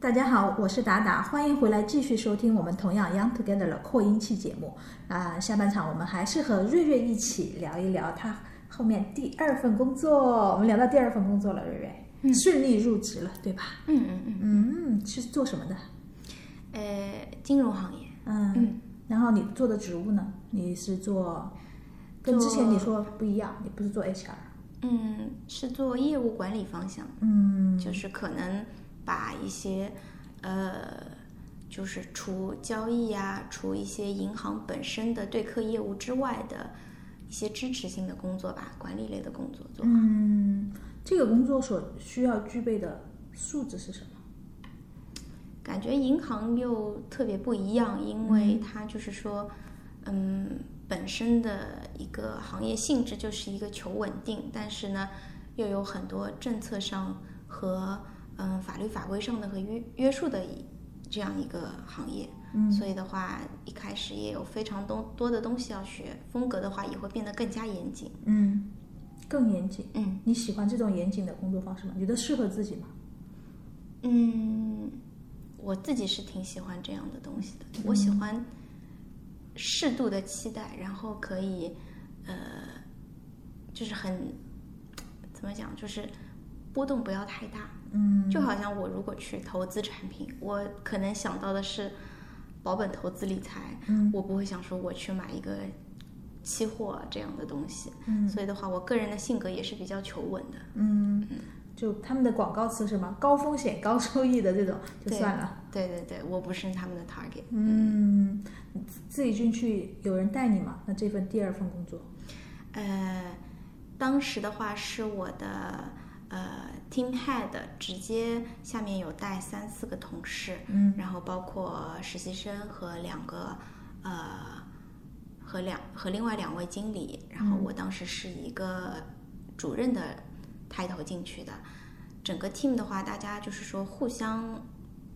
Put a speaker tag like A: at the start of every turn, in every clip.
A: 大家好，我是达达，欢迎回来继续收听我们同样 Young Together 的扩音器节目。啊、下半场我们还是和瑞瑞一起聊一聊她后面第二份工作。我们聊到第二份工作了，瑞瑞、
B: 嗯
A: 顺利入职了，对吧？
B: 嗯嗯嗯，
A: 嗯，是做什么的？
B: 呃，金融行业，
A: 嗯，
B: 嗯
A: 然后你做的职务呢？你是做跟之前
B: 做
A: 你说不一样，你不是做 HR。
B: 嗯，是做业务管理方向，
A: 嗯
B: 就是可能把一些呃，就是除交易呀、除一些银行本身的对客业务之外的一些支持性的工作吧，管理类的工作做好。
A: 嗯，这个工作所需要具备的素质是什么？
B: 感觉银行又特别不一样，因为它就是说，嗯，本身的一个行业性质就是一个求稳定，但是呢，又有很多政策上和嗯法律法规上的和约约束的一这样一个行业，
A: 嗯
B: 所以的话，一开始也有非常多多的东西要学，风格的话也会变得更加严谨。
A: 嗯，更严谨。
B: 嗯
A: 你喜欢这种严谨的工作方式吗？你觉得适合自己吗？
B: 嗯，我自己是挺喜欢这样的东西的，我喜欢适度的期待，然后可以呃，就是很怎么讲，就是波动不要太大。
A: 嗯
B: 就好像我如果去投资产品，我可能想到的是保本投资理财，
A: 嗯
B: 我不会想说我去买一个期货这样的东西。
A: 嗯
B: 所以的话，我个人的性格也是比较求稳的。
A: 嗯，就他们的广告词是什么？高风险高收益的这种就
B: 对
A: 算了。
B: 对对对，我不是他们的 target。
A: 嗯，你自自己进去有人带你吗？那这份第二份工作，
B: 呃，当时的话是我的呃 team head 直接下面有带三四个同事，
A: 嗯
B: 然后包括实习生和两个呃和两和另外两位经理，然后我当时是一个主任的抬头进去的。整个 team 的话，大家就是说互相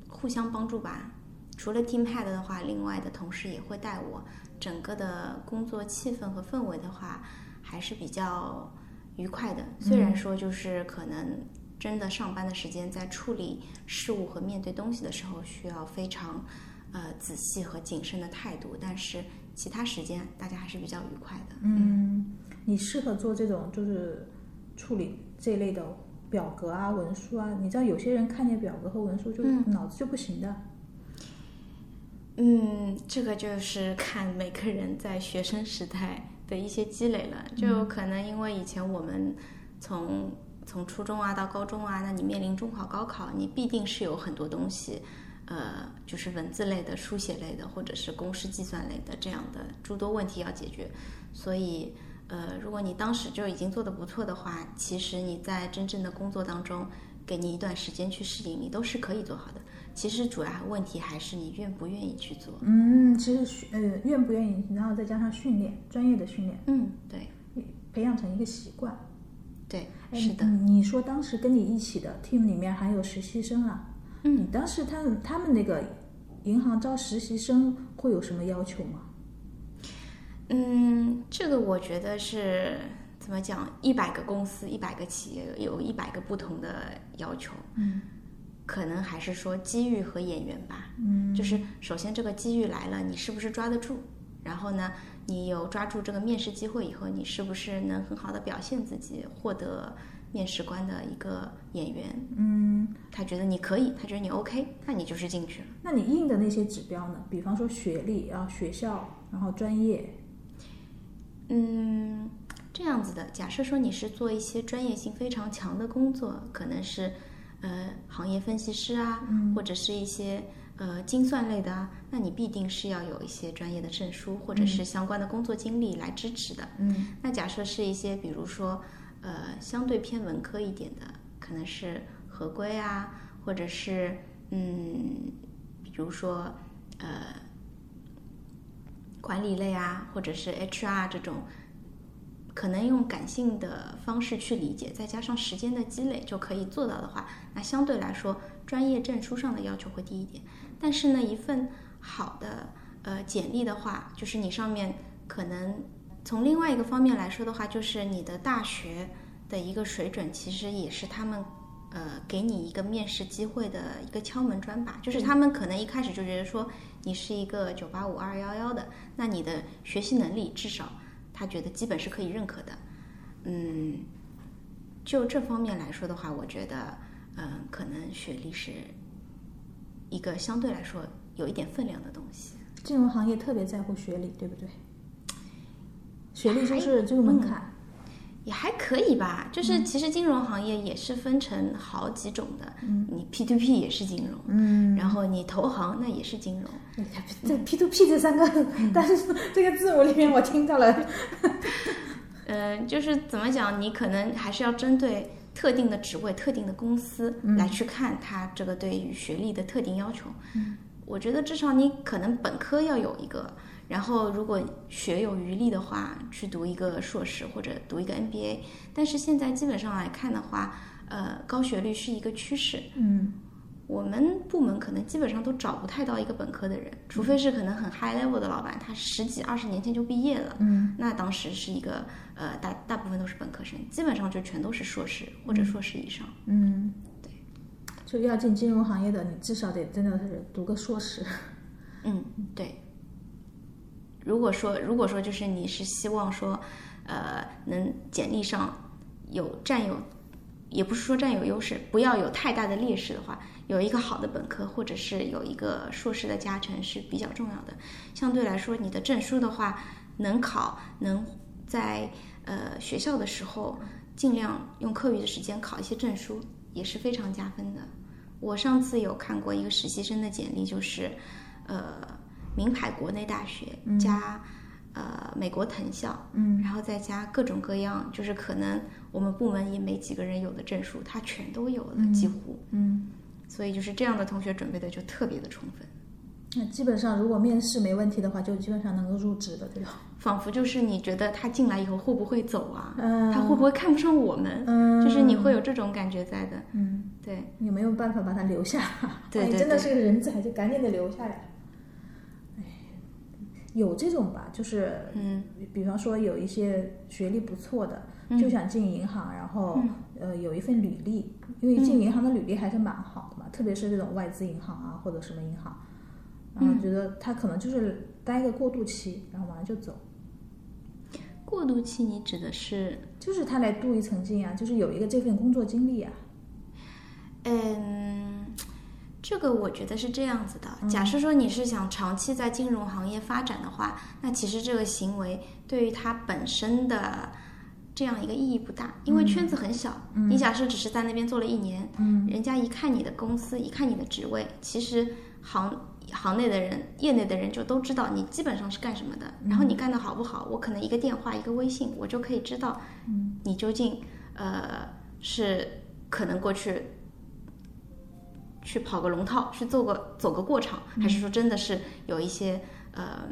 B: 互相帮助吧。除了 team head 的话，另外的同事也会带我。整个的工作气氛和氛围的话，还是比较愉快的。虽然说就是可能真的上班的时间，在处理事物和面对东西的时候，需要非常呃仔细和谨慎的态度，但是其他时间大家还是比较愉快的。
A: 嗯，你适合做这种就是处理这类的表格啊、文书啊。你知道有些人看见表格和文书就
B: 嗯
A: 脑子就不行的。
B: 嗯，这个就是看每个人在学生时代的一些积累了。就可能因为以前我们从从初中啊到高中啊，那你面临中考、高考，你必定是有很多东西，呃，就是文字类的、书写类的，或者是公式计算类的这样的诸多问题要解决。所以，呃，如果你当时就已经做得不错的话，其实你在真正的工作当中，给你一段时间去适应，你都是可以做好的。其实主要问题还是你愿不愿意去做。
A: 嗯，其实训呃愿不愿意，然后再加上训练，专业的训练，
B: 嗯，对
A: 培养成一个习惯。
B: 对，
A: 哎
B: 是的，
A: 你你说当时跟你一起的 team 里面还有实习生啊，
B: 嗯
A: 你当时他们他们那个银行招实习生会有什么要求吗？
B: 嗯，这个我觉得是怎么讲？一百个公司，一百个企业，有一百个不同的要求，
A: 嗯
B: 可能还是说机遇和眼缘吧。
A: 嗯
B: 就是首先这个机遇来了，你是不是抓得住？然后呢，你有抓住这个面试机会以后，你是不是能很好的表现自己，获得面试官的一个眼缘？
A: 嗯，
B: 他觉得你可以，他觉得你 OK，那你就是进去了。
A: 那你印的那些指标呢？比方说学历，然后学校，然后专业，
B: 嗯，这样子的，假设说你是做一些专业性非常强的工作，可能是呃行业分析师啊，
A: 嗯
B: 或者是一些呃精算类的啊，那你必定是要有一些专业的证书或者是相关的工作经历来支持的。
A: 嗯
B: 那假设是一些，比如说，呃，相对偏文科一点的，可能是合规啊，或者是嗯，比如说呃，管理类啊，或者是 HR 这种，可能用感性的方式去理解，再加上时间的积累就可以做到的话，那相对来说，专业证书上的要求会低一点。但是呢，一份好的呃简历的话，就是你上面可能从另外一个方面来说的话，就是你的大学的一个水准，其实也是他们呃，给你一个面试机会的一个敲门砖吧。就是他们可能一开始就觉得说你是一个九八五二幺幺的，那你的学习能力至少他觉得基本是可以认可的。嗯，就这方面来说的话，我觉得，嗯，可能学历是一个相对来说有一点分量的东西。
A: 金融行业特别在乎学历，对不对？学历就是这个门槛。
B: 也还可以吧，就是其实金融行业也是分成好几种的，你 P to P 也是金融，
A: 嗯，
B: 然后你投行那也是金融，
A: 这 P to P 这三个单这个字母里面，我听到了
B: 嗯、就是怎么讲，你可能还是要针对特定的职位、特定的公司来去看它这个对于学历的特定要求。我觉得至少你可能本科要有一个，然后如果学有余力的话，去读一个硕士或者读一个 MBA。但是现在基本上来看的话，呃，高学历是一个趋势。
A: 嗯，
B: 我们部门可能基本上都找不太到一个本科的人，除非是可能很 high level 的老板，他十几二十年前就毕业了。
A: 嗯，
B: 那当时是一个呃，大大部分都是本科生，基本上就全都是硕士或者硕士以上。
A: 嗯，对，就要进金融行业的，你至少得真的是读个硕士。
B: 嗯，对。如果说如果说就是你是希望说，呃，能简历上有占有，也不是说占有优势，不要有太大的劣势的话，有一个好的本科或者是有一个硕士的加成是比较重要的。相对来说，你的证书的话，能考能在呃学校的时候尽量用课余的时间考一些证书，也是非常加分的。我上次有看过一个实习生的简历，就是，呃，名牌国内大学加、呃美国藤校，
A: 嗯，
B: 然后再加各种各样，就是可能我们部门也没几个人有的证书，他全都有了，几乎。
A: 嗯，
B: 所以就是这样的同学准备的就特别的充分，
A: 那基本上如果面试没问题的话，就基本上能够入职的，对吧？
B: 仿佛就是你觉得他进来以后会不会走啊？
A: 嗯
B: 他会不会看不上我们？
A: 嗯，
B: 就是你会有这种感觉在的。
A: 嗯，
B: 对，
A: 你没有办法把他留下。
B: 对
A: 哎
B: 对
A: 真的
B: 对
A: 是个人才，就赶紧得留下来。哎，有这种吧，就是
B: 嗯
A: 比方说有一些学历不错的，
B: 嗯
A: 就想进银行，然后、
B: 嗯
A: 呃有一份履历，因为进银行的履历还是蛮好的嘛，特别是这种外资银行啊或者什么银行，然后
B: 嗯
A: 觉得他可能就是待个过渡期，然后完了就走，
B: 过渡期你指的是，
A: 就是他来镀一层金啊，就是有一个这份工作经历啊，
B: 嗯，这个我觉得是这样子的。假设说你是想长期在金融行业发展的话，那其实这个行为对于它本身的这样一个意义不大，因为圈子很小。嗯你假设只是在那边做了一年，
A: 嗯
B: 人家一看你的公司，一看你的职位，其实行行内的人、业内的人就都知道你基本上是干什么的，然后你干的好不好，我可能一个电话、一个微信，我就可以知道
A: 嗯
B: 你究竟呃是可能过去去跑个龙套，去做个走个过场，
A: 嗯
B: 还是说真的是有一些呃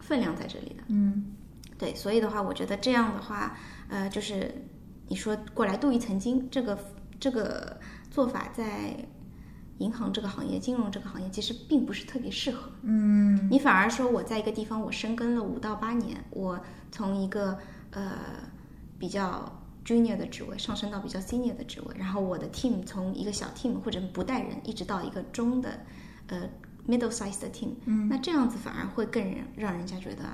B: 分量在这里的？
A: 嗯
B: 对，所以的话，我觉得这样的话，呃，就是你说过来镀一层金，这个这个做法在银行这个行业、金融这个行业其实并不是特别适合。
A: 嗯
B: 你反而说我在一个地方我深耕了五到八年，我从一个呃比较 junior 的职位上升到比较 senior 的职位，然后我的 team 从一个小 team 或者不带人一直到一个中的呃 middle size 的 team，、
A: 嗯，
B: 那这样子反而会更让让人家觉得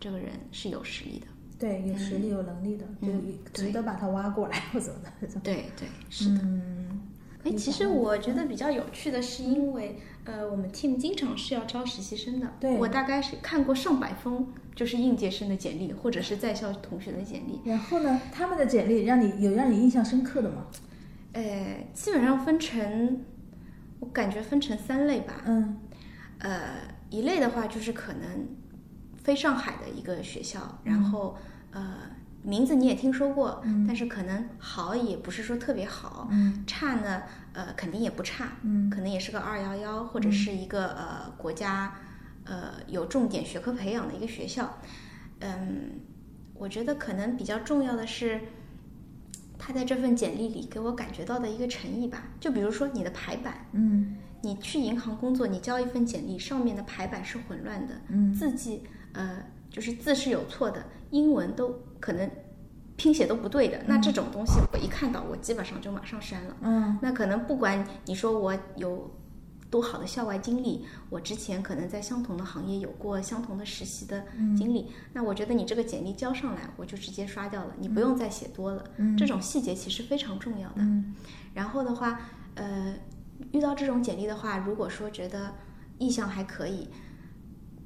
B: 这个人是有实力的。
A: 对，有实力有能力的，就
B: 嗯
A: 值得把他挖过来或者怎么的这种，
B: 对对， 是的。
A: 嗯
B: 哎，其实我觉得比较有趣的是，因为呃，我们 team 经常是要招实习生的。
A: 对
B: 我大概是看过上百封，就是应届生的简历，或者是在校同学的简历。
A: 然后呢，他们的简历让你有让你印象深刻的吗？
B: 呃，基本上分成，我感觉分成三类吧。
A: 嗯
B: 呃，一类的话就是可能非上海的一个学校，
A: 嗯
B: 然后呃，名字你也听说过，但是可能好也不是说特别好，
A: 嗯
B: 差呢，呃，肯定也不差，
A: 嗯
B: 可能也是个二幺幺或者是一个、呃国家呃有重点学科培养的一个学校。嗯，我觉得可能比较重要的是，他在这份简历里给我感觉到的一个诚意吧。就比如说你的排版，
A: 嗯
B: 你去银行工作，你交一份简历，上面的排版是混乱的，
A: 嗯
B: 字迹呃就是字是有错的，英文都可能拼写都不对的，那这种东西我一看到，我基本上就马上删了。
A: 嗯
B: 那可能不管你说我有多好的校外经历，我之前可能在相同的行业有过相同的实习的
A: 嗯
B: 经历，那我觉得你这个简历交上来，我就直接刷掉了，你不用再写多了。
A: 嗯
B: 这种细节其实非常重要的。
A: 嗯
B: 然后的话，呃，遇到这种简历的话，如果说觉得意向还可以，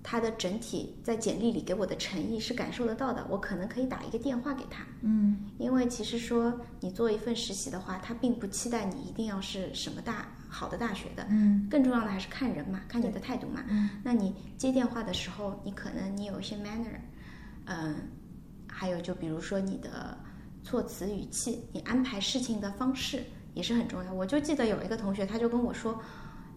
B: 他的整体在简历里给我的诚意是感受得到的，我可能可以打一个电话给他。
A: 嗯
B: 因为其实说你做一份实习的话，他并不期待你一定要是什么大好的大学的，
A: 嗯
B: 更重要的还是看人嘛，看你的态度嘛。
A: 嗯
B: 那你接电话的时候，你可能你有一些 manner，嗯、还有就比如说你的措辞语气，你安排事情的方式也是很重要。我就记得有一个同学，他就跟我说，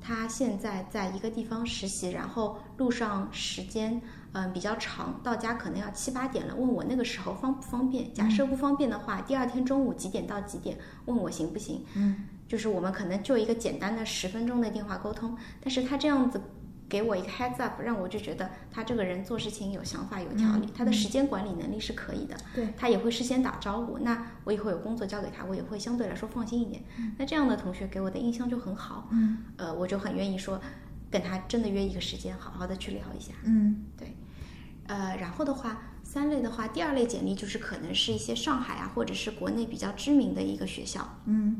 B: 他现在在一个地方实习，然后路上时间嗯、呃比较长，到家可能要七八点了，问我那个时候方不方便。假
A: 嗯
B: 设不方便的话，第二天中午几点到几点，问我行不行？
A: 嗯
B: 就是我们可能就一个简单的十分钟的电话沟通，但是他这样子给我一个 heads up，让我就觉得他这个人做事情有想法、有条理，
A: 嗯
B: 他的时间管理能力是可以的。
A: 对，
B: 他也会事先打招呼，那我以后有工作交给他，我也会相对来说放心一点。那这样的同学给我的印象就很好，
A: 嗯
B: 呃，我就很愿意说跟他真的约一个时间，好好的去聊一下。
A: 嗯
B: 呃，然后的话，三类的话，第二类简历就是可能是一些上海啊，或者是国内比较知名的一个学校，
A: 嗯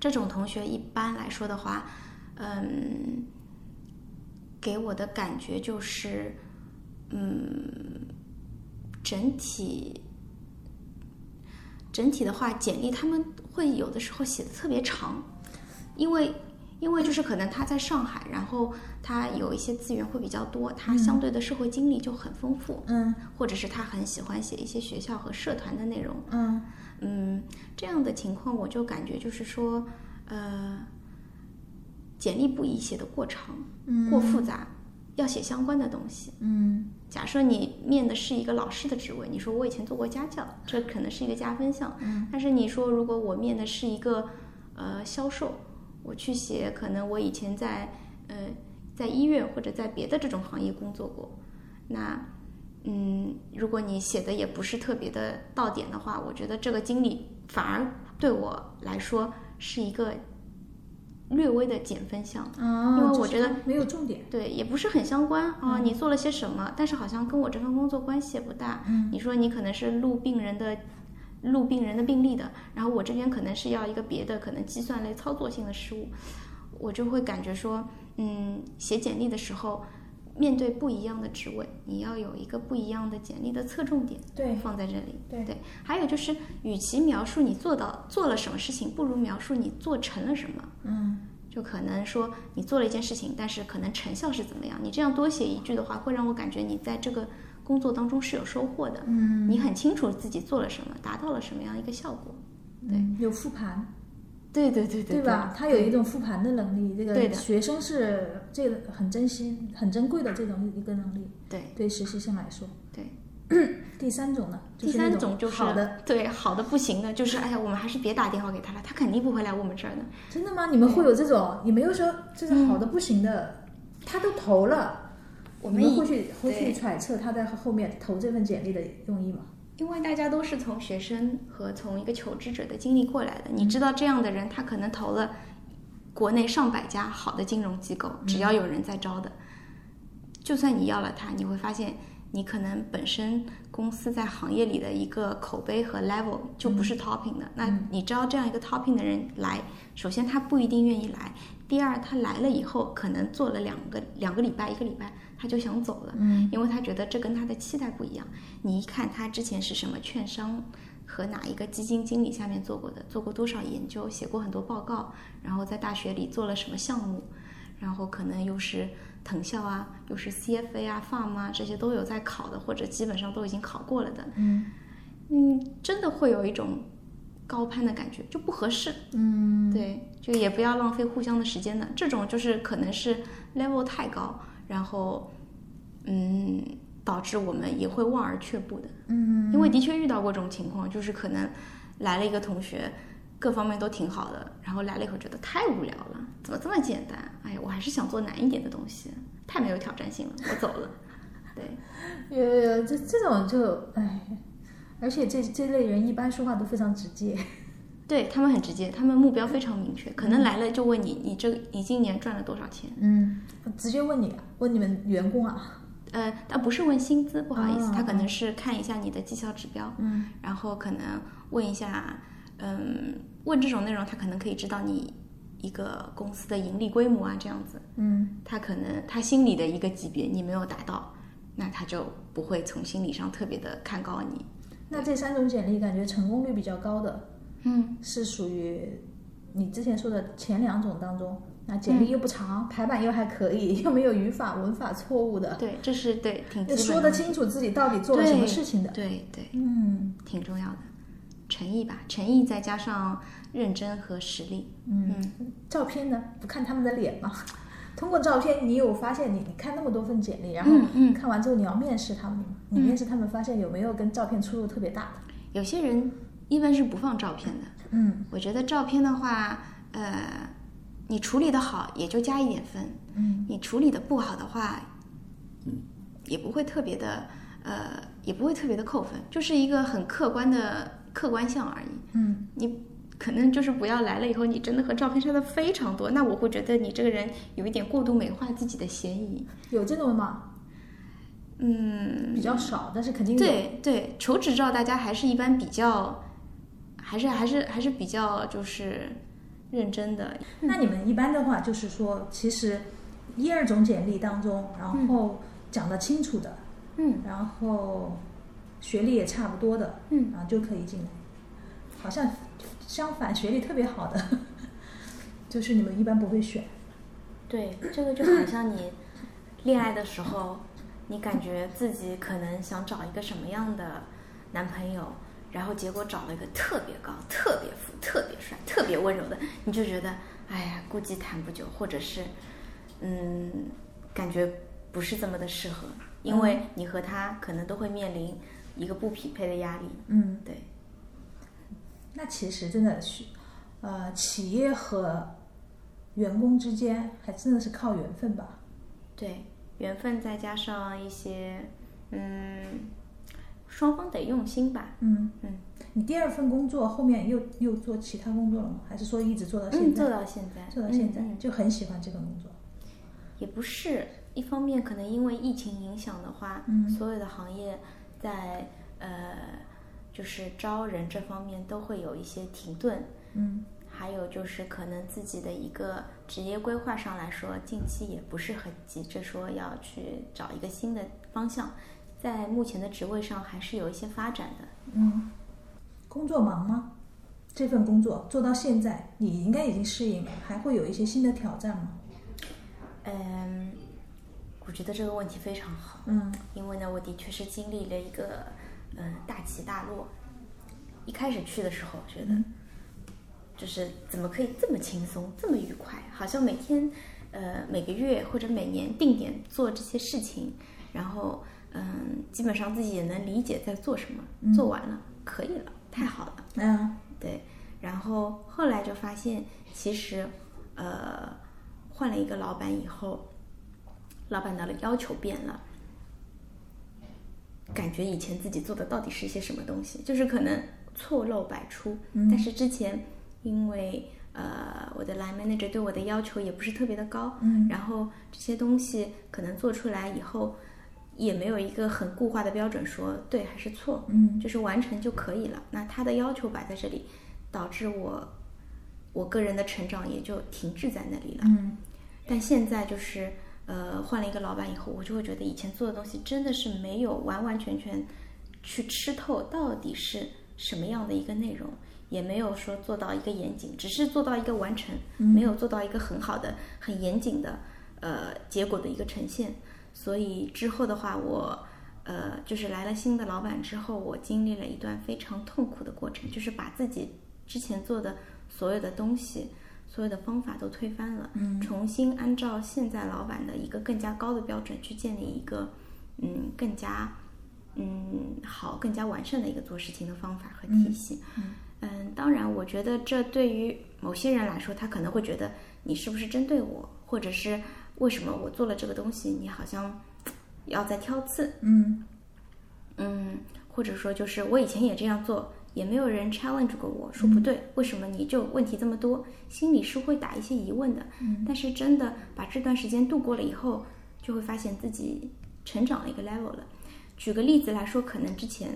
B: 这种同学一般来说的话，嗯，给我的感觉就是，嗯，整体整体的话，简历他们会有的时候写的特别长，因为因为就是可能他在上海，然后他有一些资源会比较多，他相对的社会经历就很丰富，
A: 嗯
B: 或者是他很喜欢写一些学校和社团的内容。
A: 嗯
B: 嗯，这样的情况我就感觉就是说，呃，简历不宜写的过长、
A: 嗯
B: 过复杂，要写相关的东西。
A: 嗯
B: 假设你面的是一个老师的职位，你说我以前做过家教，这可能是一个加分项。但是你说如果我面的是一个呃销售，我去写可能我以前在呃在医院或者在别的这种行业工作过，那嗯，如果你写的也不是特别的到点的话，我觉得这个经理反而对我来说是一个略微的减分项。
A: 啊，
B: 因为
A: 就
B: 我
A: 是
B: 觉得
A: 它没有重点。
B: 对，也不是很相关啊。你做了些什么，但是好像跟我这份工作关系也不大。嗯，你说你可能是录病人的录病人的病历的，然后我这边可能是要一个别的，可能计算类操作性的失误，我就会感觉说，嗯，写简历的时候，面对不一样的职位，你要有一个不一样的简历的侧重点。
A: 对，
B: 放在这里。
A: 对
B: 还有就是，与其描述你做到做了什么事情，不如描述你做成了什么。
A: 嗯
B: 就可能说你做了一件事情，但是可能成效是怎么样？你这样多写一句的话，会让我感觉你在这个工作当中是有收获的，
A: 嗯，
B: 你很清楚自己做了什么，达到了什么样一个效果。对
A: 嗯有复盘，
B: 对对对对
A: 对吧？他有一种复盘的能力，这
B: 对
A: 个
B: 的
A: 学生是这个很珍惜、很珍贵的这种一个能力，
B: 对
A: 对实习生来说。
B: 对。
A: 第三种呢，就
B: 第
A: 是那
B: 三种就是
A: 好的，
B: 对好的不行的，就是哎呀，我们还是别打电话给他了，他肯定不会来我们这儿的。
A: 真的吗？你们会有这种？你们又说这个好的不行的，他都投了。
B: 我
A: 你
B: 们
A: 们
B: 以
A: 会去会去
B: 对
A: 揣测他在后面投这份简历的用意吗？
B: 因为大家都是从学生和从一个求职者的经历过来的，你知道这样的人，他可能投了国内上百家好的金融机构，只要有人在招的，就算你要了他，你会发现你可能本身公司在行业里的一个口碑和 level 就不是 topping 的，那你招这样一个 topping 的人来，首先他不一定愿意来，第二他来了以后，可能做了两个两个礼拜一个礼拜，他就想走了，
A: 嗯
B: 因为他觉得这跟他的期待不一样。你一看他之前是什么券商和哪一个基金经理下面做过的，做过多少研究，写过很多报告，然后在大学里做了什么项目，然后可能又是藤校啊，又是 CFA 啊、FAM 啊，这些都有在考的，或者基本上都已经考过了的。
A: 嗯
B: 嗯，真的会有一种高攀的感觉，就不合适。
A: 嗯，
B: 对，就也不要浪费互相的时间的。这种就是可能是 level 太高，然后嗯，导致我们也会望而却步的。
A: 嗯，
B: 因为的确遇到过这种情况，就是可能来了一个同学，各方面都挺好的，然后来了以后觉得太无聊了，怎么这么简单？哎呀，我还是想做难一点的东西，太没有挑战性了，我走了。对，
A: 有有有，这这种就哎，而且这这类人一般说话都非常直接，
C: 对他们很直接，他们目标非常明确，可能来了就问你，你这你今年赚了多少钱？
A: 嗯，直接问你啊，问你们员工啊，
C: 呃，他不是问薪资，不好意思，
A: 哦
C: 他可能是看一下你的绩效指标，
A: 嗯
C: 然后可能问一下，嗯，问这种内容，他可能可以知道你一个公司的盈利规模啊，这样子，
A: 嗯
C: 他可能他心里的一个级别你没有达到，那他就不会从心理上特别的看高你。
A: 那这三种简历感觉成功率比较高的
C: 嗯，
A: 是属于你之前说的前两种当中，那
C: 嗯
A: 简历又不长，排版又还可以， 又没有语法文法错误的，
C: 呃对，这是对挺嗯基
A: 又
C: 本
A: 说
C: 的
A: 得清楚自己到底做了什么事情的，
C: 对对，
A: 嗯
C: 挺重要的，诚意吧，诚意再加上认真和实力。
A: 嗯，
C: 嗯，
A: 照片呢？不看他们的脸吗？通过照片，你有发现你你看那么多份简历，然后
C: 嗯嗯
A: 看完之后你要面试他们吗，你面试他们发现有没有跟照片出入特别大的？
C: 有些人一般是不放照片的，
A: 嗯
C: 我觉得照片的话，呃，你处理的好也就加一点分，
A: 嗯
C: 你处理的不好的话，也不会特别的，呃，也不会特别的扣分，就是一个很客观的客观项而已。
A: 嗯
C: 可能就是不要来了以后，你真的和照片差的非常多，那我会觉得你这个人有一点过度美化自己的嫌疑。
A: 有这种吗？
C: 嗯，
A: 比较少，但是肯定有。
C: 对对，求职照大家还是一般比较，还是还是还是比较就是认真的。
B: 嗯
A: 那你们一般的话，就是说，其实一二种简历当中，然
B: 嗯
A: 后讲得清楚的，
C: 嗯
A: 然后学历也差不多的，
C: 嗯
A: 啊，就可以进来。好像相反，学历特别好的， 就是你们一般不会选。
B: 对，这个就好像你恋爱的时候，你感觉自己可能想找一个什么样的男朋友，然后结果找了一个特别高、特别富、特别帅、特别温柔的，你就觉得，哎呀，估计谈不久，或者是，嗯，感觉不是这么的适合，因为你和他可能都会面临一个不匹配的压力。
A: 嗯，
B: 对，
A: 那其实真的是，呃，企业和员工之间还真的是靠缘分吧。
B: 对，缘分再加上一些，嗯，双方得用心吧。
A: 嗯
B: 嗯，
A: 你第二份工作后面又又做其他工作了吗？还是说一直做到现
B: 嗯，
A: 在？
B: 做到现在，
A: 做到现在、
B: 嗯嗯
A: 就很喜欢这份工作。
B: 也不是一方面，可能因为疫情影响的话，
A: 嗯
B: 所有的行业在呃就是招人这方面都会有一些停顿，
A: 嗯
B: 还有就是可能自己的一个职业规划上来说，近期也不是很急着说要去找一个新的方向，在目前的职位上还是有一些发展的。
A: 嗯，工作忙吗？这份工作做到现在，你应该已经适应了，还会有一些新的挑战吗？
B: 嗯，我觉得这个问题非常好。
A: 嗯
B: 因为呢，我的确是经历了一个嗯、呃大起大落。一开始去的时候，觉得就是怎么可以这么轻松，这么愉快，好像每天呃每个月或者每年定点做这些事情，然后嗯、基本上自己也能理解在做什么，做完了可以了，太好了。
A: 嗯
B: 对，然后后来就发现，其实，呃，换了一个老板以后，老板的要求变了，感觉以前自己做的到底是一些什么东西，就是可能错漏百出。但是之前因为呃我的 line manager 对我的要求也不是特别的高，
A: 嗯
B: 然后这些东西可能做出来以后。也没有一个很固化的标准说对还是错，
A: 嗯
B: 就是完成就可以了。那他的要求摆在这里，导致我我个人的成长也就停滞在那里了。
A: 嗯
B: 但现在就是呃换了一个老板以后，我就会觉得以前做的东西真的是没有完完全全去吃透到底是什么样的一个内容，也没有说做到一个严谨，只是做到一个完成，没有做到一个很好的、很严谨的呃结果的一个呈现。所以之后的话，我呃就是来了新的老板之后，我经历了一段非常痛苦的过程，就是把自己之前做的所有的东西。所有的方法都推翻了，
A: 嗯
B: 重新按照现在老板的一个更加高的标准去建立一个，嗯，更加嗯好、更加完善的一个做事情的方法和体系。
A: 嗯
B: 嗯，当然，我觉得这对于某些人来说，他可能会觉得你是不是针对我，或者是为什么我做了这个东西，你好像嘖要再挑刺，
A: 嗯
B: 嗯，或者说就是我以前也这样做，也没有人 challenge 过我说不对，为什么你就问题这么多？心里是会打一些疑问的。
A: 嗯
B: 但是真的把这段时间度过了以后，就会发现自己成长了一个 level 了。举个例子来说，可能之前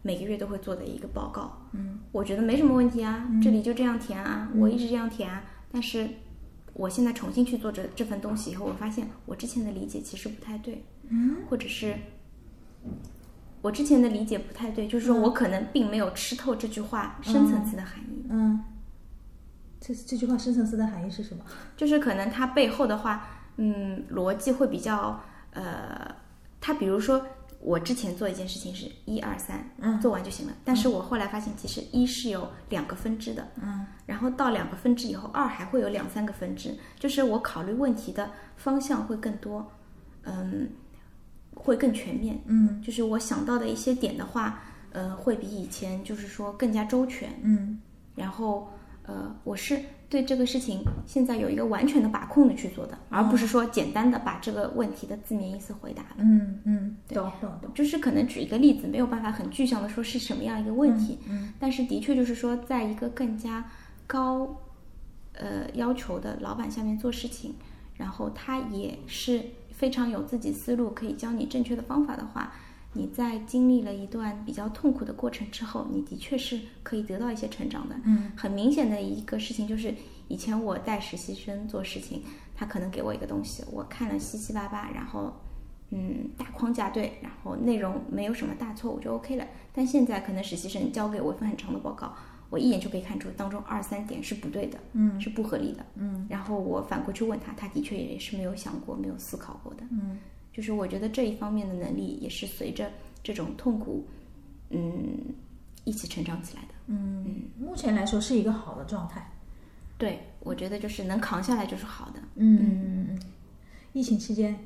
B: 每个月都会做的一个报告，嗯，我觉得没什么问题啊，这里就这样填啊，我一直这样填啊。但是我现在重新去做这这份东西以后，我发现我之前的理解其实不太对，嗯，或者是我之前的理解不太对，就是说我可能并没有吃透这句话深层次的含义，
A: 嗯，这这句话深层次的含义是什么？
B: 就是可能它背后的话，嗯，逻辑会比较呃，它比如说我之前做一件事情是一二三，
A: 嗯
B: 做完就行了，但是我后来发现其实一是有两个分支的，
A: 嗯，
B: 然后到两个分支以后，二还会有两三个分支，就是我考虑问题的方向会更多，嗯，会更全面，
A: 嗯
B: 就是我想到的一些点的话，呃，会比以前就是说更加周全。
A: 嗯
B: 然后呃，我是对这个事情现在有一个完全的把控的去做的，而不是说简单的把这个问题的字面意思回答了。
A: 嗯嗯，懂懂懂，
B: 就是可能举一个例子，没有办法很具象的说是什么样一个问题，
A: 嗯
B: 但是的确就是说，在一个更加高呃要求的老板下面做事情，然后他也是非常有自己思路，可以教你正确的方法的话，你在经历了一段比较痛苦的过程之后，你的确是可以得到一些成长的。
A: 嗯，
B: 很明显的一个事情就是，以前我带实习生做事情，他可能给我一个东西，我看了稀稀巴巴，然后。嗯，大框架对，然后内容没有什么大错误就 OK 了。但现在可能实习生交给我一份很长的报告，我一眼就可以看出当中二三点是不对的，
A: 嗯
B: 是不合理的，
A: 嗯
B: 然后我反过去问他，他的确也是没有想过、没有思考过的。
A: 嗯
B: 就是我觉得这一方面的能力也是随着这种痛苦，嗯，一起成长起来的。
A: 嗯，目前来说是一个好的状态。
B: 对，我觉得就是能扛下来就是好的。
A: 嗯，嗯，疫情期间，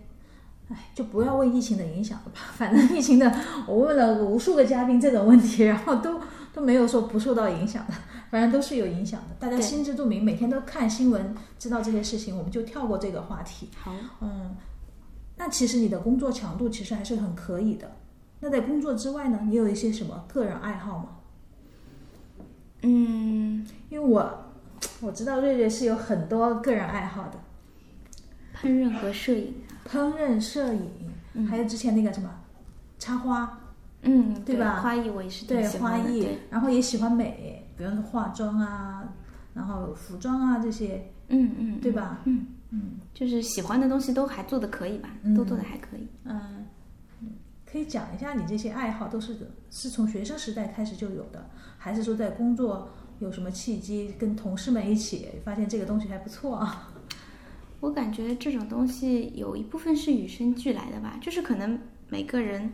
A: 哎，就不要问疫情的影响了吧。反正疫情的，我问了无数个嘉宾这种问题，然后都都没有说不受到影响的，反正都是有影响的。大家
B: 对
A: 心知肚明，每天都看新闻，知道这些事情，我们就跳过这个话题。
B: 好，
A: 嗯，那其实你的工作强度其实还是很可以的。那在工作之外呢，你有一些什么个人爱好吗？
B: 嗯，
A: 因为我我知道瑞瑞是有很多个人爱好的，
B: 烹饪和摄影，
A: 烹饪、摄影，还有之前那个什么插花，
B: 嗯，
A: 对吧
B: 花艺我也是挺
A: 对
B: 喜
A: 花
B: 欢的，
A: 艺
B: 对，，
A: 然后也喜欢美，比如说化妆啊，然后服装啊这些，
B: 嗯嗯，
A: 对吧？
B: 嗯，
A: 嗯
B: 就是喜欢的东西都还做的可以吧，
A: 嗯
B: 都做的还可以。
A: 嗯，可以讲一下你这些爱好都是是从学生时代开始就有的，还是说在工作有什么契机跟同事们一起发现这个东西还不错啊？
B: 我感觉这种东西有一部分是与生俱来的吧，就是可能每个人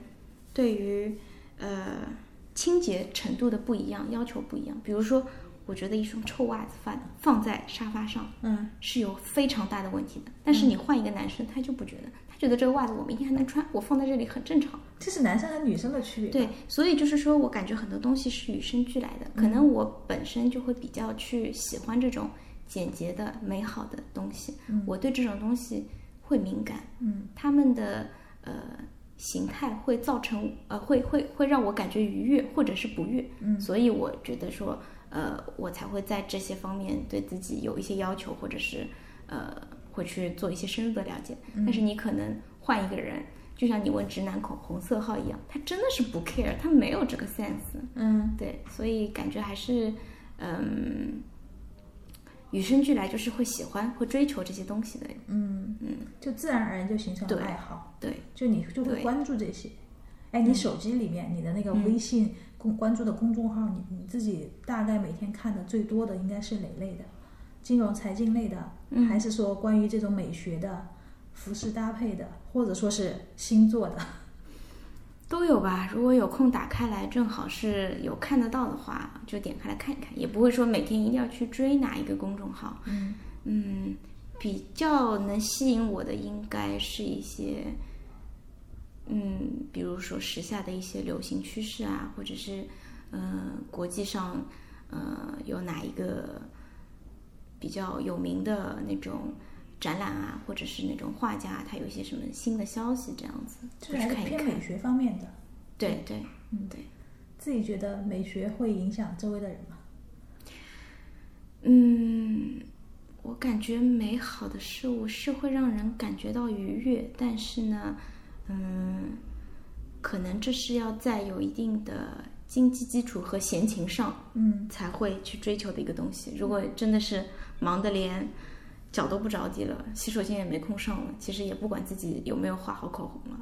B: 对于呃清洁程度的不一样，要求不一样。比如说，我觉得一双臭袜子放放在沙发上
A: 嗯
B: 是有非常大的问题的，但是你换一个男生，他就不觉得，他觉得这个袜子我明天还能穿，我放在这里很正常。
A: 这是男生和女生的区别。
B: 对，，所以就是说我感觉很多东西是与生俱来的，可能我本身就会比较去喜欢这种简洁的、美好的东西，我对这种东西会敏感，
A: 嗯
B: 他们的呃形态会造成呃会会会让我感觉愉悦或者是不悦，
A: 嗯
B: 所以我觉得说呃我才会在这些方面对自己有一些要求，或者是呃会去做一些深入的了解。
A: 嗯
B: 但是你可能换一个人，就像你问直男口红色号一样，他真的是不 care，他没有这个 sense，
A: 嗯
B: 对，所以感觉还是嗯。与生俱来就是会喜欢、会追求这些东西的，
A: 嗯
B: 嗯，
A: 就自然而然就形成了
B: 对
A: 爱好。
B: 对，
A: 就你就会
B: 对嗯
A: 关注这些。哎，你手机里面你的那个微信公关注的公众号，你你自己大概每天看的最多的应该是哪类的？金融财经类的，
B: 嗯
A: 还是说关于这种美学的、服饰搭配的，或者说是星座的？
B: 都有吧，如果有空打开来，正好是有看得到的话，就点开来看一看，也不会说每天一定要去追哪一个公众号。
A: 嗯
B: 嗯，比较能吸引我的应该是一些，嗯，比如说时下的一些流行趋势啊，或者是嗯、呃国际上呃有哪一个比较有名的那种展览啊，或者是那种画家他有一些什么新的消息这样子，
A: 这
B: 就
A: 还
B: 是
A: 是
B: 看一
A: 偏
B: 看
A: 美。学方面的。
B: 对对，
A: 嗯
B: 对，
A: 自己觉得美学会影响周围的人吗？
B: 嗯，我感觉美好的事物是会让人感觉到愉悦，但是呢，嗯，可能这是要在有一定的经济基础和闲情上
A: 嗯
B: 才会去追求的一个东西。如果真的是忙得连脚都不着地了，洗手间也没空上了，其实也不管自己有没有画好口红了。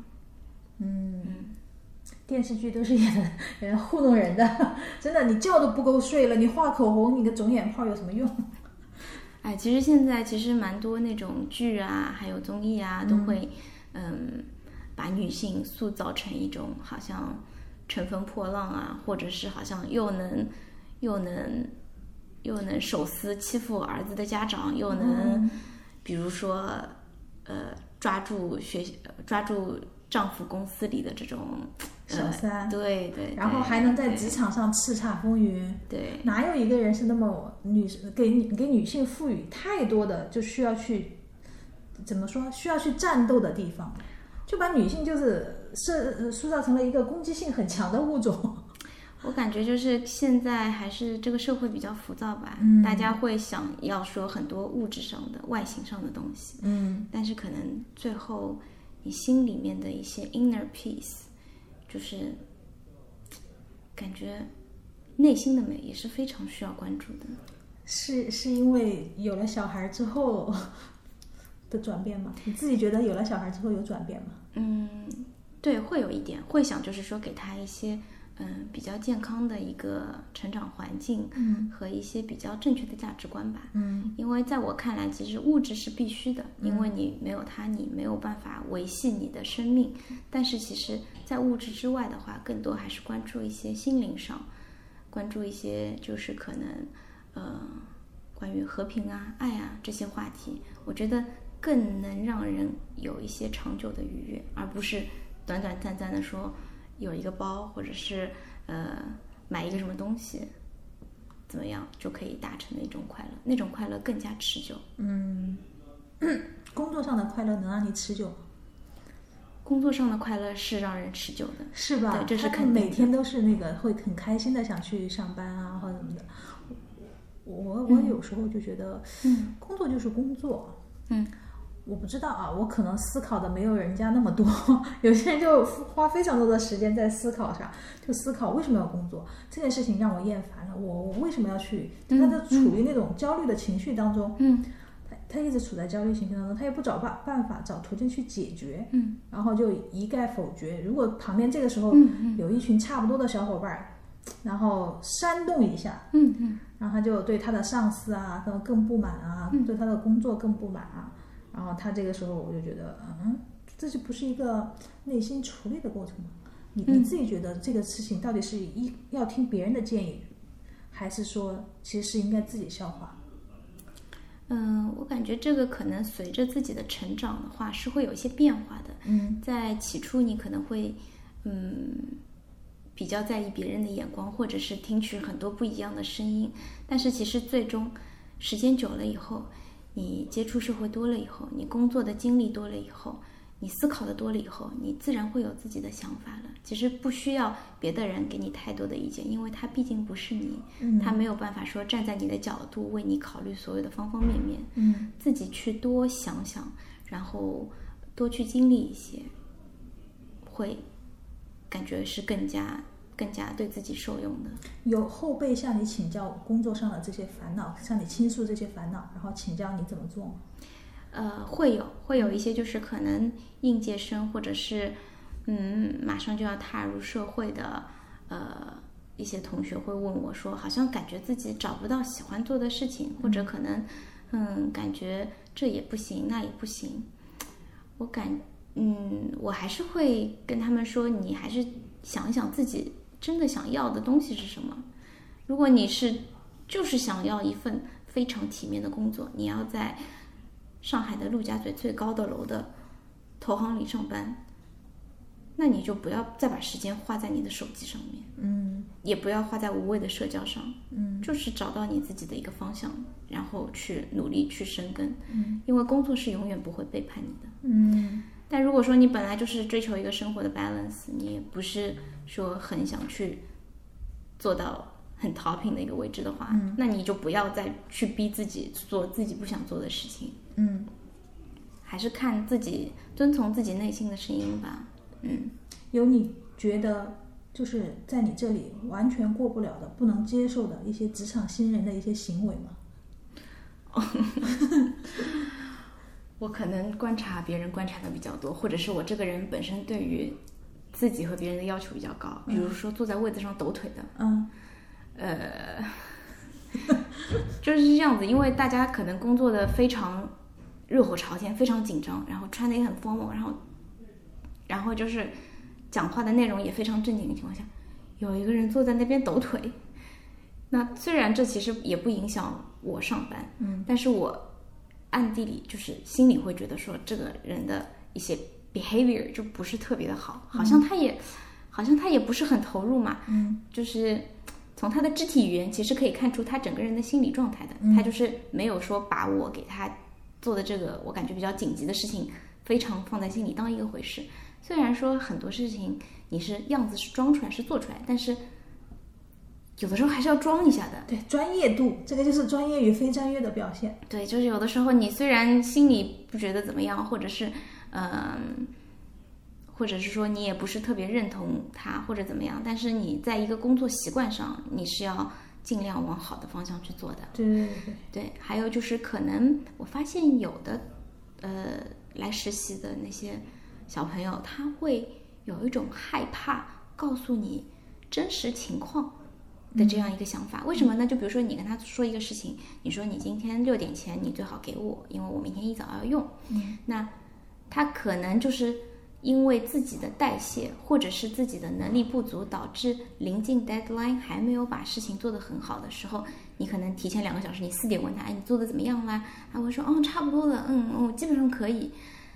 A: 嗯，电视剧都是演的演糊弄人的， 真的，你觉都不够睡了，你画口红，你个肿眼泡有什么用？
B: 哎，其实现在其实蛮多那种剧啊，还有综艺啊，都会嗯把女性塑造成一种好像乘风破浪啊，或者是好像又能又能又能手撕欺负儿子的家长，又
A: 嗯
B: 能、比如说呃抓住学呃抓住丈夫公司里的这种呃
A: 小三，
B: 对对，
A: 然后
B: 对
A: 还能在
B: 对
A: 职场上叱咤风云。
B: 对
A: 哪有一个人是那么女给女给女性赋予太多的就需要去怎么说需要去战斗的地方，就把女性就是设呃塑造成了一个攻击性很强的物种。
B: 我感觉就是现在还是这个社会比较浮躁吧，
A: 嗯
B: 大家会想要说很多物质上的、外形上的东西，
A: 嗯
B: 但是可能最后你心里面的一些 inner peace，就是嘖感觉内心的美也是非常需要关注的。，
A: 是是因为有了小孩之后的转变吗？你自己觉得有了小孩之后有转变吗？
B: 嗯，对，会有一点会想，就是说给他一些嗯比较健康的一个成长环境
A: 嗯
B: 和一些比较正确的价值观吧。
A: 嗯
B: 因为在我看来，其实物质是必须的，
A: 嗯
B: 因为你没有它，你没有办法维系你的生命。但是其实，在物质之外的话，更多还是关注一些心灵上，关注一些就是可能，呃，关于和平啊、爱啊这些话题，我觉得更能让人有一些长久的愉悦，而不是短短暂暂的说有一个包，或者是呃买一个什么东西，怎么样就可以达成的一种快乐，那种快乐更加持久。
A: 嗯， 工作上的快乐能让你持久吗？
B: 工作上的快乐是让人持久的，
A: 是吧？
B: 对这是
A: 他
B: 肯
A: 们
B: 定的
A: 每天都是那个会很开心的想去上班啊，或者什么的。我我有时候就觉得，
B: 嗯
A: 工作就是工作，
B: 嗯，
A: 我不知道啊，我可能思考的没有人家那么多， 有些人就花非常多的时间在思考上，就思考为什么要工作这件事情让我厌烦了，我我为什么要去？他
B: 嗯
A: 就处于那种焦虑的情绪当中，
B: 嗯
A: 他他一直处在焦虑情绪当中，他也不找办办法找途径去解决，
B: 嗯
A: 然后就一概否决。如果旁边这个时候
B: 嗯嗯
A: 有一群差不多的小伙伴儿，然后煽动一下，
B: 嗯嗯
A: 然后他就对他的上司啊更更不满啊，
B: 嗯
A: 对他的工作更不满啊。然后他这个时候我就觉得，嗯，这就不是一个内心处理的过程吗？你你
B: 嗯
A: 自己觉得这个事情到底是一要听别人的建议，还是说其实是应该自己消化？
B: 嗯，我感觉这个可能随着自己的成长的话，是会有一些变化的。
A: 嗯
B: 在起初你可能会，嗯，比较在意别人的眼光，或者是听取很多不一样的声音，但是其实最终时间久了以后，你接触社会多了以后，你工作的经历多了以后，你思考的多了以后，你自然会有自己的想法了。其实不需要别的人给你太多的意见，因为他毕竟不是你，
A: 嗯
B: 他没有办法说站在你的角度为你考虑所有的方方面面。
A: 嗯
B: 自己去多想想，然后多去经历一些，会感觉是更加更加对自己受用的。
A: 有后辈向你请教工作上的这些烦恼，向你倾诉这些烦恼，然后请教你怎么做吗？
B: 呃，会有会有一些就是可能应届生或者是嗯马上就要踏入社会的呃一些同学会问我说，好像感觉自己找不到喜欢做的事情，或者可能嗯感觉这也不行那也不行，我感嗯我还是会跟他们说，你还是想一想自己真的想要的东西是什么。如果你是就是想要一份非常体面的工作，你要在上海的陆家嘴最高的楼的投行里上班，那你就不要再把时间花在你的手机上面，
A: 嗯
B: 也不要花在无谓的社交上，
A: 嗯
B: 就是找到你自己的一个方向，然后去努力去深耕，
A: 嗯
B: 因为工作是永远不会背叛你的。
A: 嗯
B: 但如果说你本来就是追求一个生活的 balance，你也不是说很想去做到很 topping 的一个位置的话，
A: 嗯
B: 那你就不要再去逼自己做自己不想做的事情，
A: 嗯，
B: 还是看自己遵从自己内心的声音吧。嗯，
A: 有你觉得就是在你这里完全过不了的、不能接受的一些职场新人的一些行为吗？
B: 我可能观察别人观察的比较多，或者是我这个人本身对于自己和别人的要求比较高，比如说坐在位子上抖腿的，
A: 嗯
B: 呃， 就是这样子，因为大家可能工作的非常热火朝天，非常紧张，然后穿的也很 formal，然后然后就是讲话的内容也非常正经的情况下，有一个人坐在那边抖腿，那虽然这其实也不影响我上班，
A: 嗯，
B: 但是我暗地里就是心里会觉得说这个人的一些 behavior 就不是特别的好，好像他也、好像他也不是很投入嘛，
A: 嗯，
B: 就是从他的肢体语言其实可以看出他整个人的心理状态的，
A: 嗯
B: 他就是没有说把我给他做的这个我感觉比较紧急的事情非常放在心里当一个回事。虽然说很多事情你是样子是装出来是做出来，但是有的时候还是要装一下的。
A: 对，专业度，这个就是专业与非专业的表现。
B: 对，就是有的时候你虽然心里不觉得怎么样，或者是嗯、或者是说你也不是特别认同他或者怎么样，但是你在一个工作习惯上，你是要尽量往好的方向去做的。
A: 对对对对，
B: 对，还有就是可能我发现有的呃来实习的那些小朋友，他会有一种害怕告诉你真实情况的这样一个想法。为什么呢？就比如说你跟他说一个事情，你说你今天六点前你最好给我，因为我明天一早要用。
A: 嗯
B: 那他可能就是因为自己的代谢或者是自己的能力不足，导致临近 deadline 还没有把事情做得很好的时候，你可能提前两个小时，你四点问他，哎，你做的怎么样啦？他会说，哦，差不多了，嗯，我、基本上可以。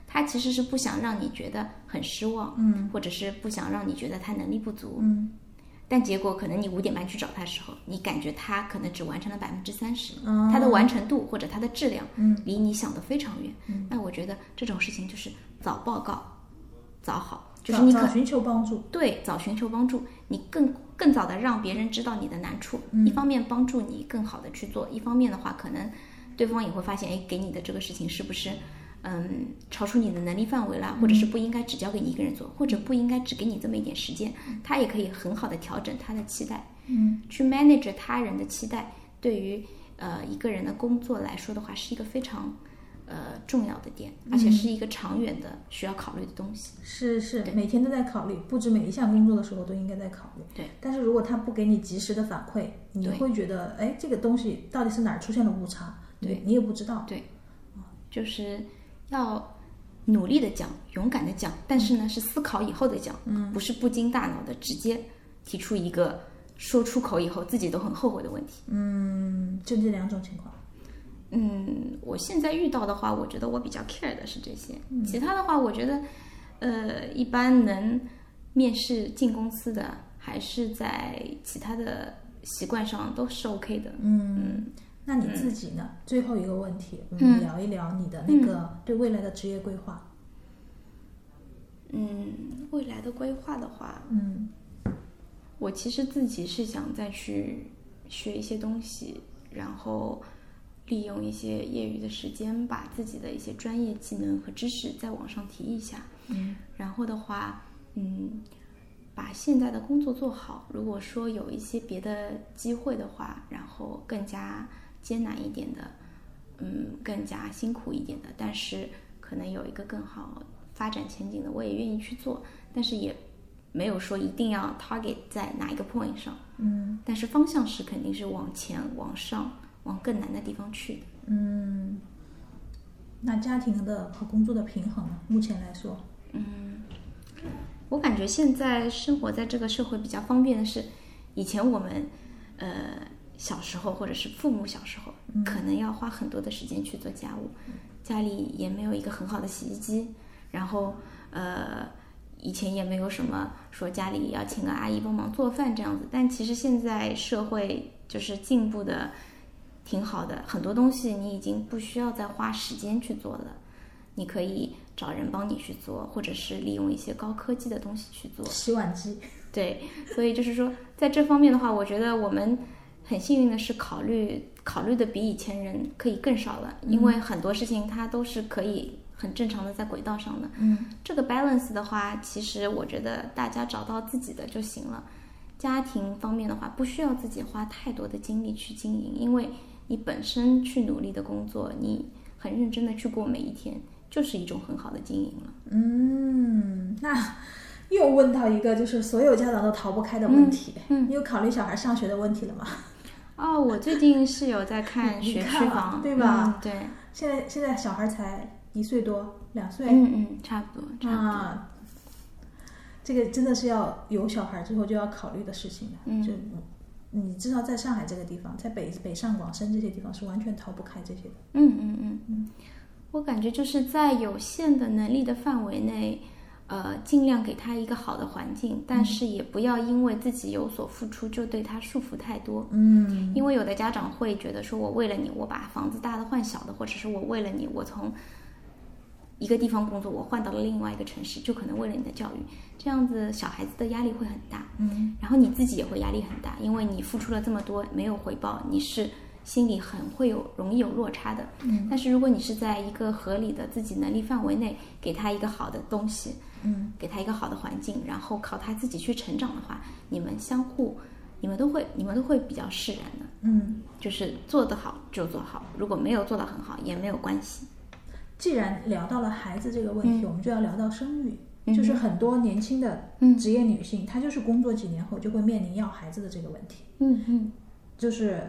B: 他其实是不想让你觉得很失望，
A: 嗯
B: 或者是不想让你觉得他能力不足，
A: 嗯
B: 但结果可能你五点半去找他的时候，你感觉他可能只完成了百分之三十，
A: 哦
B: 他的完成度或者他的质量，
A: 嗯
B: 离你想的非常远。
A: 嗯
B: 那我觉得这种事情就是早报告，早好，就是
A: 早
B: 你
A: 早
B: 可
A: 寻求帮助。
B: 对早寻求帮助，你更更早的让别人知道你的难处，
A: 嗯
B: 一方面帮助你更好的去做，一方面的话，可能对方也会发现，哎，给你的这个事情是不是？嗯，超出你的能力范围啦，或
A: 嗯
B: 者是不应该只交给你一个人做，或者不应该只给你这么一点时间，他也可以很好的调整他的期待，
A: 嗯
B: 去 manage 他人的期待，对于呃一个人的工作来说的话，是一个非常呃重要的点，而且是一个长远的需要考虑的东西。
A: 是是，
B: 对
A: 每天都在考虑，布置每一项工作的时候都应该在考虑。
B: 对，
A: 但是如果他不给你及时的反馈，你
B: 对
A: 会觉得，哎，这个东西到底是哪儿出现了误差？
B: 对
A: 你你也不知道。
B: 就是要努力的讲，勇敢的讲，但是呢是思考以后的讲，
A: 嗯
B: 不是不经大脑的直接提出一个说出口以后自己都很后悔的问题。
A: 嗯，就这两种情况。
B: 嗯，我现在遇到的话，我觉得我比较 care 的是这些，其他的话，我觉得，呃，一般能面试进公司的，还是在其他的习惯上都是 OK 的。
A: 嗯，那你自己呢？最后一个问题，我们聊一聊你的那个对未来的职业规划。
B: 嗯，未来的规划的话，
A: 嗯
B: 我其实自己是想再去学一些东西，然后利用一些业余的时间，把自己的一些专业技能和知识再往上提一下。
A: 嗯
B: 然后的话，嗯，把现在的工作做好。如果说有一些别的机会的话，然后更加艰难一点的，嗯，更加辛苦一点的，但是可能有一个更好发展前景的，我也愿意去做，但是也没有说一定要 target 在哪一个 point 上，
A: 嗯
B: 但是方向是肯定是往前、往上、往更难的地方去的。
A: 嗯，那家庭的和工作的平衡呢？目前来说，
B: 我感觉现在生活在这个社会比较方便的是，以前我们，呃，小时候或者是父母小时候，可能要花很多的时间去做家务，家里也没有一个很好的洗衣机，然后呃，以前也没有什么说家里要请个阿姨帮忙做饭这样子，但其实现在社会就是进步的挺好的，很多东西你已经不需要再花时间去做了。你可以找人帮你去做，或者是利用一些高科技的东西去做。
A: 洗碗机。
B: 对，所以就是说，在这方面的话，我觉得我们很幸运的是考虑考虑的比以前人可以更少
A: 嗯
B: 了，因为很多事情它都是可以很正常的在轨道上的。
A: 嗯
B: 这个 balance 的话，其实我觉得大家找到自己的就行了。家庭方面的话，不需要自己花太多的精力去经营，因为你本身去努力的工作，你很认真的去过每一天，就是一种很好的经营了。
A: 嗯，那又问到一个就是所有家长都逃不开的问题，
B: 嗯嗯
A: 你有考虑小孩上学的问题了吗？
B: 哦，我最近是有在看
A: 你
B: 学
A: 看
B: 区
A: 了
B: 房，
A: 对吧
B: 嗯、对，
A: 现在现在小孩才一岁多，两岁，
B: 嗯嗯，差不多，差不多。
A: 啊，这个真的是要有小孩之后就要考虑的事情了。
B: 嗯
A: 就你知道，在上海这个地方，在北北上广深这些地方是完全逃不开这些的。
B: 嗯嗯嗯嗯，我感觉就是在有限的能力的范围内，呃，尽量给他一个好的环境，
A: 嗯
B: 但是也不要因为自己有所付出就对他束缚太多。
A: 嗯
B: 因为有的家长会觉得说，我为了你，我把房子大的换小的，或者是我为了你，我从一个地方工作，我换到了另外一个城市，就可能为了你的教育，这样子小孩子的压力会很大。
A: 嗯
B: 然后你自己也会压力很大，因为你付出了这么多没有回报，你是心里很会有容易有落差的。
A: 嗯
B: 但是如果你是在一个合理的自己能力范围内，给他一个好的东西，
A: 嗯
B: 给他一个好的环境，然后靠他自己去成长的话，你们相互，你们都会，你们都会比较释然的。
A: 嗯，
B: 就是做得好就做好，如果没有做得很好也没有关系。
A: 既然聊到了孩子这个问题，
B: 嗯
A: 我们就要聊到生育。
B: 嗯
A: 就是很多年轻的
B: 嗯
A: 职业女性，她就是工作几年后就会面临要孩子的这个问题，
B: 嗯嗯
A: 就是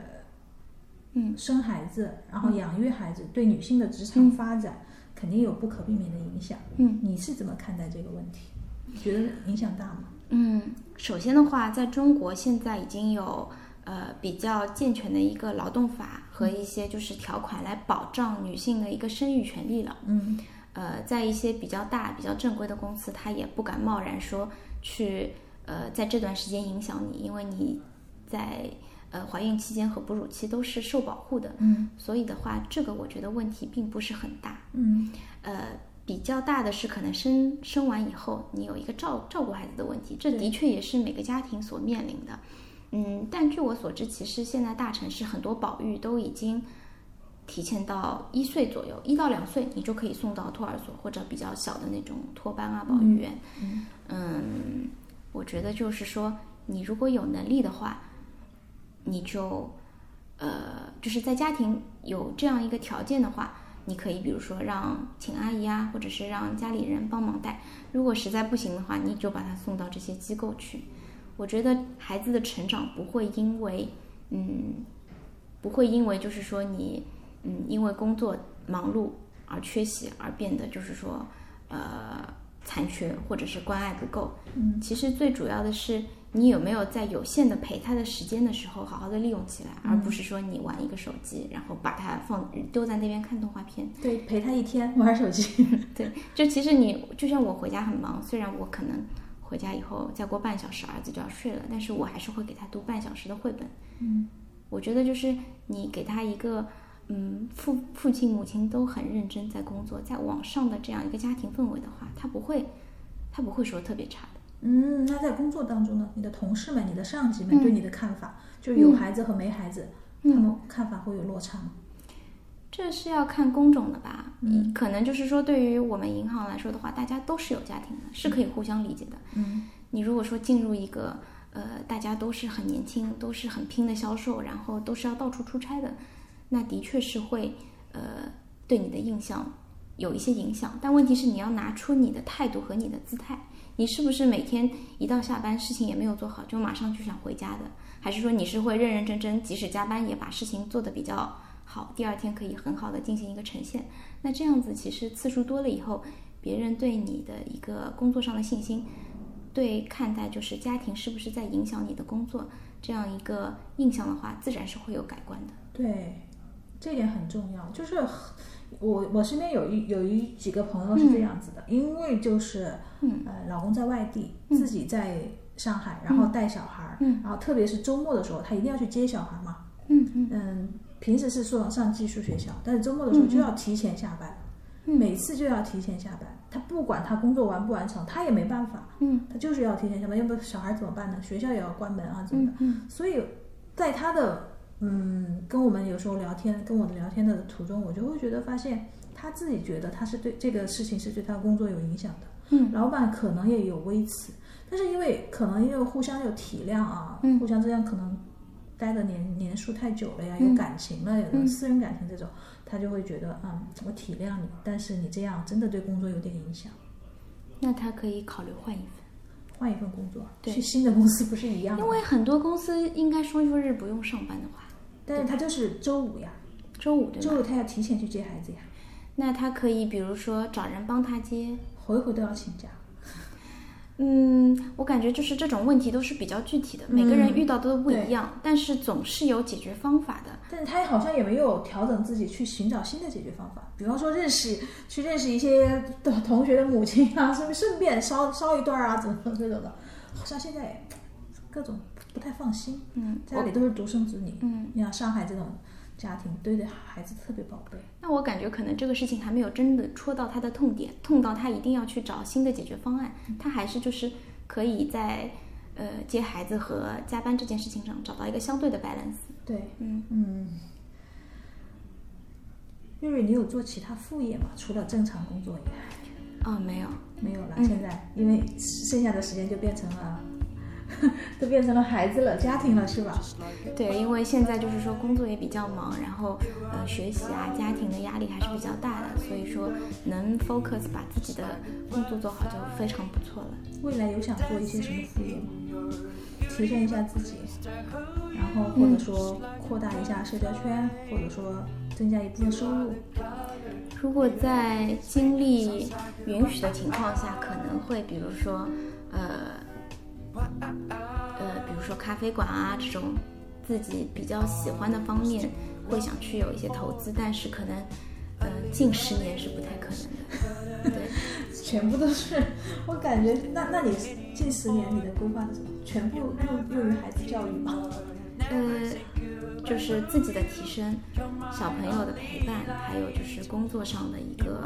B: 嗯
A: 生孩子，然后养育孩子，对女性的职场发展肯定有不可避免的影响。
B: 嗯
A: 你是怎么看待这个问题？你觉得影响大吗？
B: 嗯，首先的话，在中国现在已经有呃比较健全的一个劳动法和一些就是条款来保障女性的一个生育权利了。
A: 嗯
B: 呃，在一些比较大、比较正规的公司，他也不敢贸然说去呃在这段时间影响你，因为你在呃怀孕期间和哺乳期都是受保护的，
A: 嗯
B: 所以的话，这个我觉得问题并不是很大。
A: 嗯
B: 呃，比较大的是可能生生完以后，你有一个照照顾孩子的问题，这
A: 对
B: 的确也是每个家庭所面临的。嗯，但据我所知，其实现在大城市很多保育都已经提前到一岁左右，一到两岁你就可以送到托儿所或者比较小的那种托班啊、保育员。
A: 嗯
B: 嗯，我觉得就是说，你如果有能力的话，你就呃，就是在家庭有这样一个条件的话，你可以比如说让请阿姨啊，或者是让家里人帮忙带。如果实在不行的话，你就把他送到这些机构去。我觉得孩子的成长不会因为嗯，不会因为就是说你嗯因为工作忙碌而缺席而变得就是说呃残缺或者是关爱不够。
A: 嗯
B: 其实最主要的是你有没有在有限的陪他的时间的时候好好的利用起来，而不是说你玩一个手机，然后把它放丢在那边看动画片。
A: 对，陪他一天玩手机。
B: 对，就其实你就像我回家很忙，虽然我可能回家以后再过半小时儿子就要睡了，但是我还是会给他读半小时的绘本。
A: 嗯
B: 我觉得就是你给他一个，嗯，父父亲母亲都很认真在工作，在网上的这样一个家庭氛围的话，他不会，他不会说特别差的。
A: 嗯，那在工作当中呢，你的同事们、你的上级们
B: 嗯
A: 对你的看法，就是有
B: 嗯
A: 孩子和没孩子，
B: 嗯
A: 他们看法会有落差吗？
B: 这是要看工种的吧，
A: 嗯
B: 可能就是说，对于我们银行来说的话，大家都是有家庭的，是可以互相理解的。
A: 嗯
B: 你如果说进入一个呃，大家都是很年轻，都是很拼的销售，然后都是要到处出差的，那的确是会呃对你的印象有一些影响。但问题是，你要拿出你的态度和你的姿态，你是不是每天一到下班事情也没有做好，就马上就想回家的？还是说你是会认认真真，即使加班也把事情做得比较好，第二天可以很好的进行一个呈现？那这样子其实次数多了以后，别人对你的一个工作上的信心，对看待就是家庭是不是在影响你的工作这样一个印象的话，自然是会有改观的。
A: 对，这点很重要。就是我我身边有一有一几个朋友是这样子的，因为就是
B: 嗯
A: 呃，老公在外地，自己在上海，然后带小孩儿，
B: 嗯
A: 然后特别是周末的时候，他一定要去接小孩嘛。
B: 嗯嗯
A: 嗯，平时是说上寄宿学校，但是周末的时候就要提前下班，
B: 嗯
A: 每次就要提前下班。他不管他工作完不完成，他也没办法，
B: 嗯
A: 他就是要提前下班，要不小孩怎么办呢？学校也要关门啊，怎么的？
B: 嗯嗯
A: 所以在他的嗯跟我们有时候聊天，跟我的聊天的途中，我就会觉得发现他自己觉得他是对这个事情是对他的工作有影响的，
B: 嗯
A: 老板可能也有微词，但是因为可能因为互相有体谅啊，
B: 嗯
A: 互相这样可能待的年年数太久了呀，
B: 嗯
A: 有感情了，有
B: 嗯
A: 的私人感情这种，他就会觉得嗯，我体谅你，但是你这样真的对工作有点影响，
B: 那他可以考虑换一份。
A: 换一份工作，
B: 对
A: 去新的公司不是一样吗？
B: 因为很多公司应该双休日不用上班的话，
A: 但是他就是周五呀，
B: 周五对
A: 周
B: 吧？
A: 五他要提前去接孩子呀，
B: 那他可以比如说找人帮他接。
A: 回回都要请假。
B: 嗯，我感觉就是这种问题都是比较具体的，每个
A: 嗯
B: 人遇到的都不一
A: 对
B: 样，但是总是有解决方法的。
A: 但是他好像也没有调整自己去寻找新的解决方法，比方说认识去认识一些同同学的母亲啊，顺顺便捎捎一段啊，怎么这种的，好像现在也各种不太放心。
B: 嗯，
A: 家里都是独生子女，
B: 嗯，
A: 你像上海这种家庭，对对孩子特别宝贝。
B: 那我感觉可能这个事情还没有真的戳到他的痛点，痛到他一定要去找新的解决方案。他还是就是可以在呃接孩子和加班这件事情上找到一个相对的 balance。
A: 对，
B: 嗯
A: 嗯。瑞瑞，你有做其他副业吗？除了正常工作以外，
B: 哦，没有，
A: 没有了。
B: 嗯
A: 现在因为剩下的时间就变成了， 都变成了孩子了、家庭了，是吧？
B: 对，因为现在就是说工作也比较忙，然后呃学习啊、家庭的压力还是比较大的，所以说能 focus 把自己的工作做好就非常不错了。
A: 未来有想做一些什么副业吗？提升一下自己，然后或者说扩大一下社交圈，或者说增加一部分收入。
B: 如果在精力允许的情况下，可能会比如说，呃，呃，比如说咖啡馆啊这种自己比较喜欢的方面，会想去有一些投资，但是可能，呃，近十年是不太可能的。对，
A: 全部都是，我感觉那那你近十年你的规划是什么？全部用用于孩子教育吗？
B: 呃，就是自己的提升，小朋友的陪伴，还有就是工作上的一个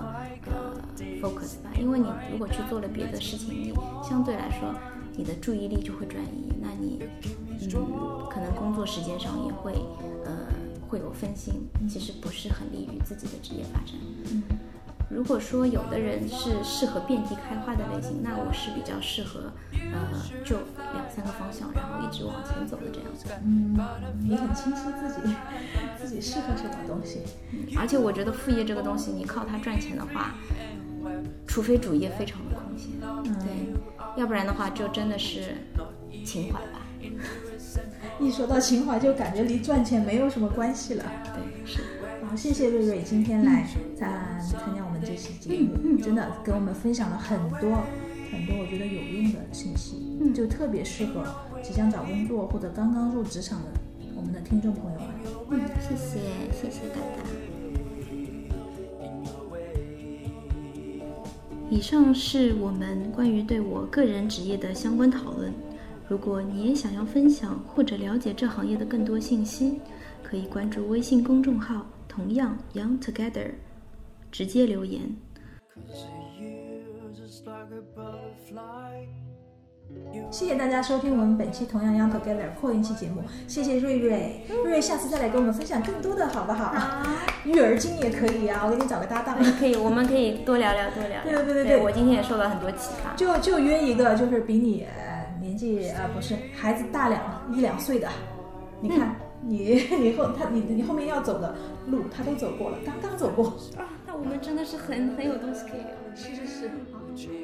B: 呃 focus 吧。因为你如果去做了别的事情，你相对来说你的注意力就会转移，那你嗯可能工作时间上也会呃会有分心，其实不是很利于自己的职业发展。
A: 嗯
B: 如果说有的人是适合遍地开花的类型，那我是比较适合，呃，就两三个方向，然后一直往前走的这样子。
A: 嗯，你很清晰自己自己适合什么东西。
B: 而且我觉得副业这个东西，你靠它赚钱的话，除非主业非常的空闲，
A: 嗯
B: 对，要不然的话就真的是情怀吧。
A: 一说到情怀，就感觉离赚钱没有什么关系了。
B: 对，是的
A: 好，谢谢瑞瑞今天来参参加我们这期节目，真的给我们分享了很多很多我觉得有用的信息，就特别适合即将找工作或者刚刚入职场的我们的听众朋友啊们。
B: 嗯，谢谢，谢谢大家。以上是我们关于对我个人职业的相关讨论。如果你也想要分享或者了解这行业的更多信息，可以关注微信公众号，同样 Young Together，直接留言。
D: Cause the years is like a butterfly.
A: 谢谢大家收听我们本期同样 Young Together 扩音期节目，谢谢瑞瑞，瑞瑞下次再来给我们分享更多的好不好？育儿经也可以啊，我给你找个搭档。
B: 可以，我们可以多聊聊，多聊聊。
A: 对对对对对
B: 我今天也受到很多启发。
A: 就就约一个，就是比你呃年纪呃不是孩子大两一两岁的，你看、你 你后他你你后面要走的路他都走过了，刚刚走过。
B: 那我们真的是很很有东西可以聊。
A: 是是是。
D: Would you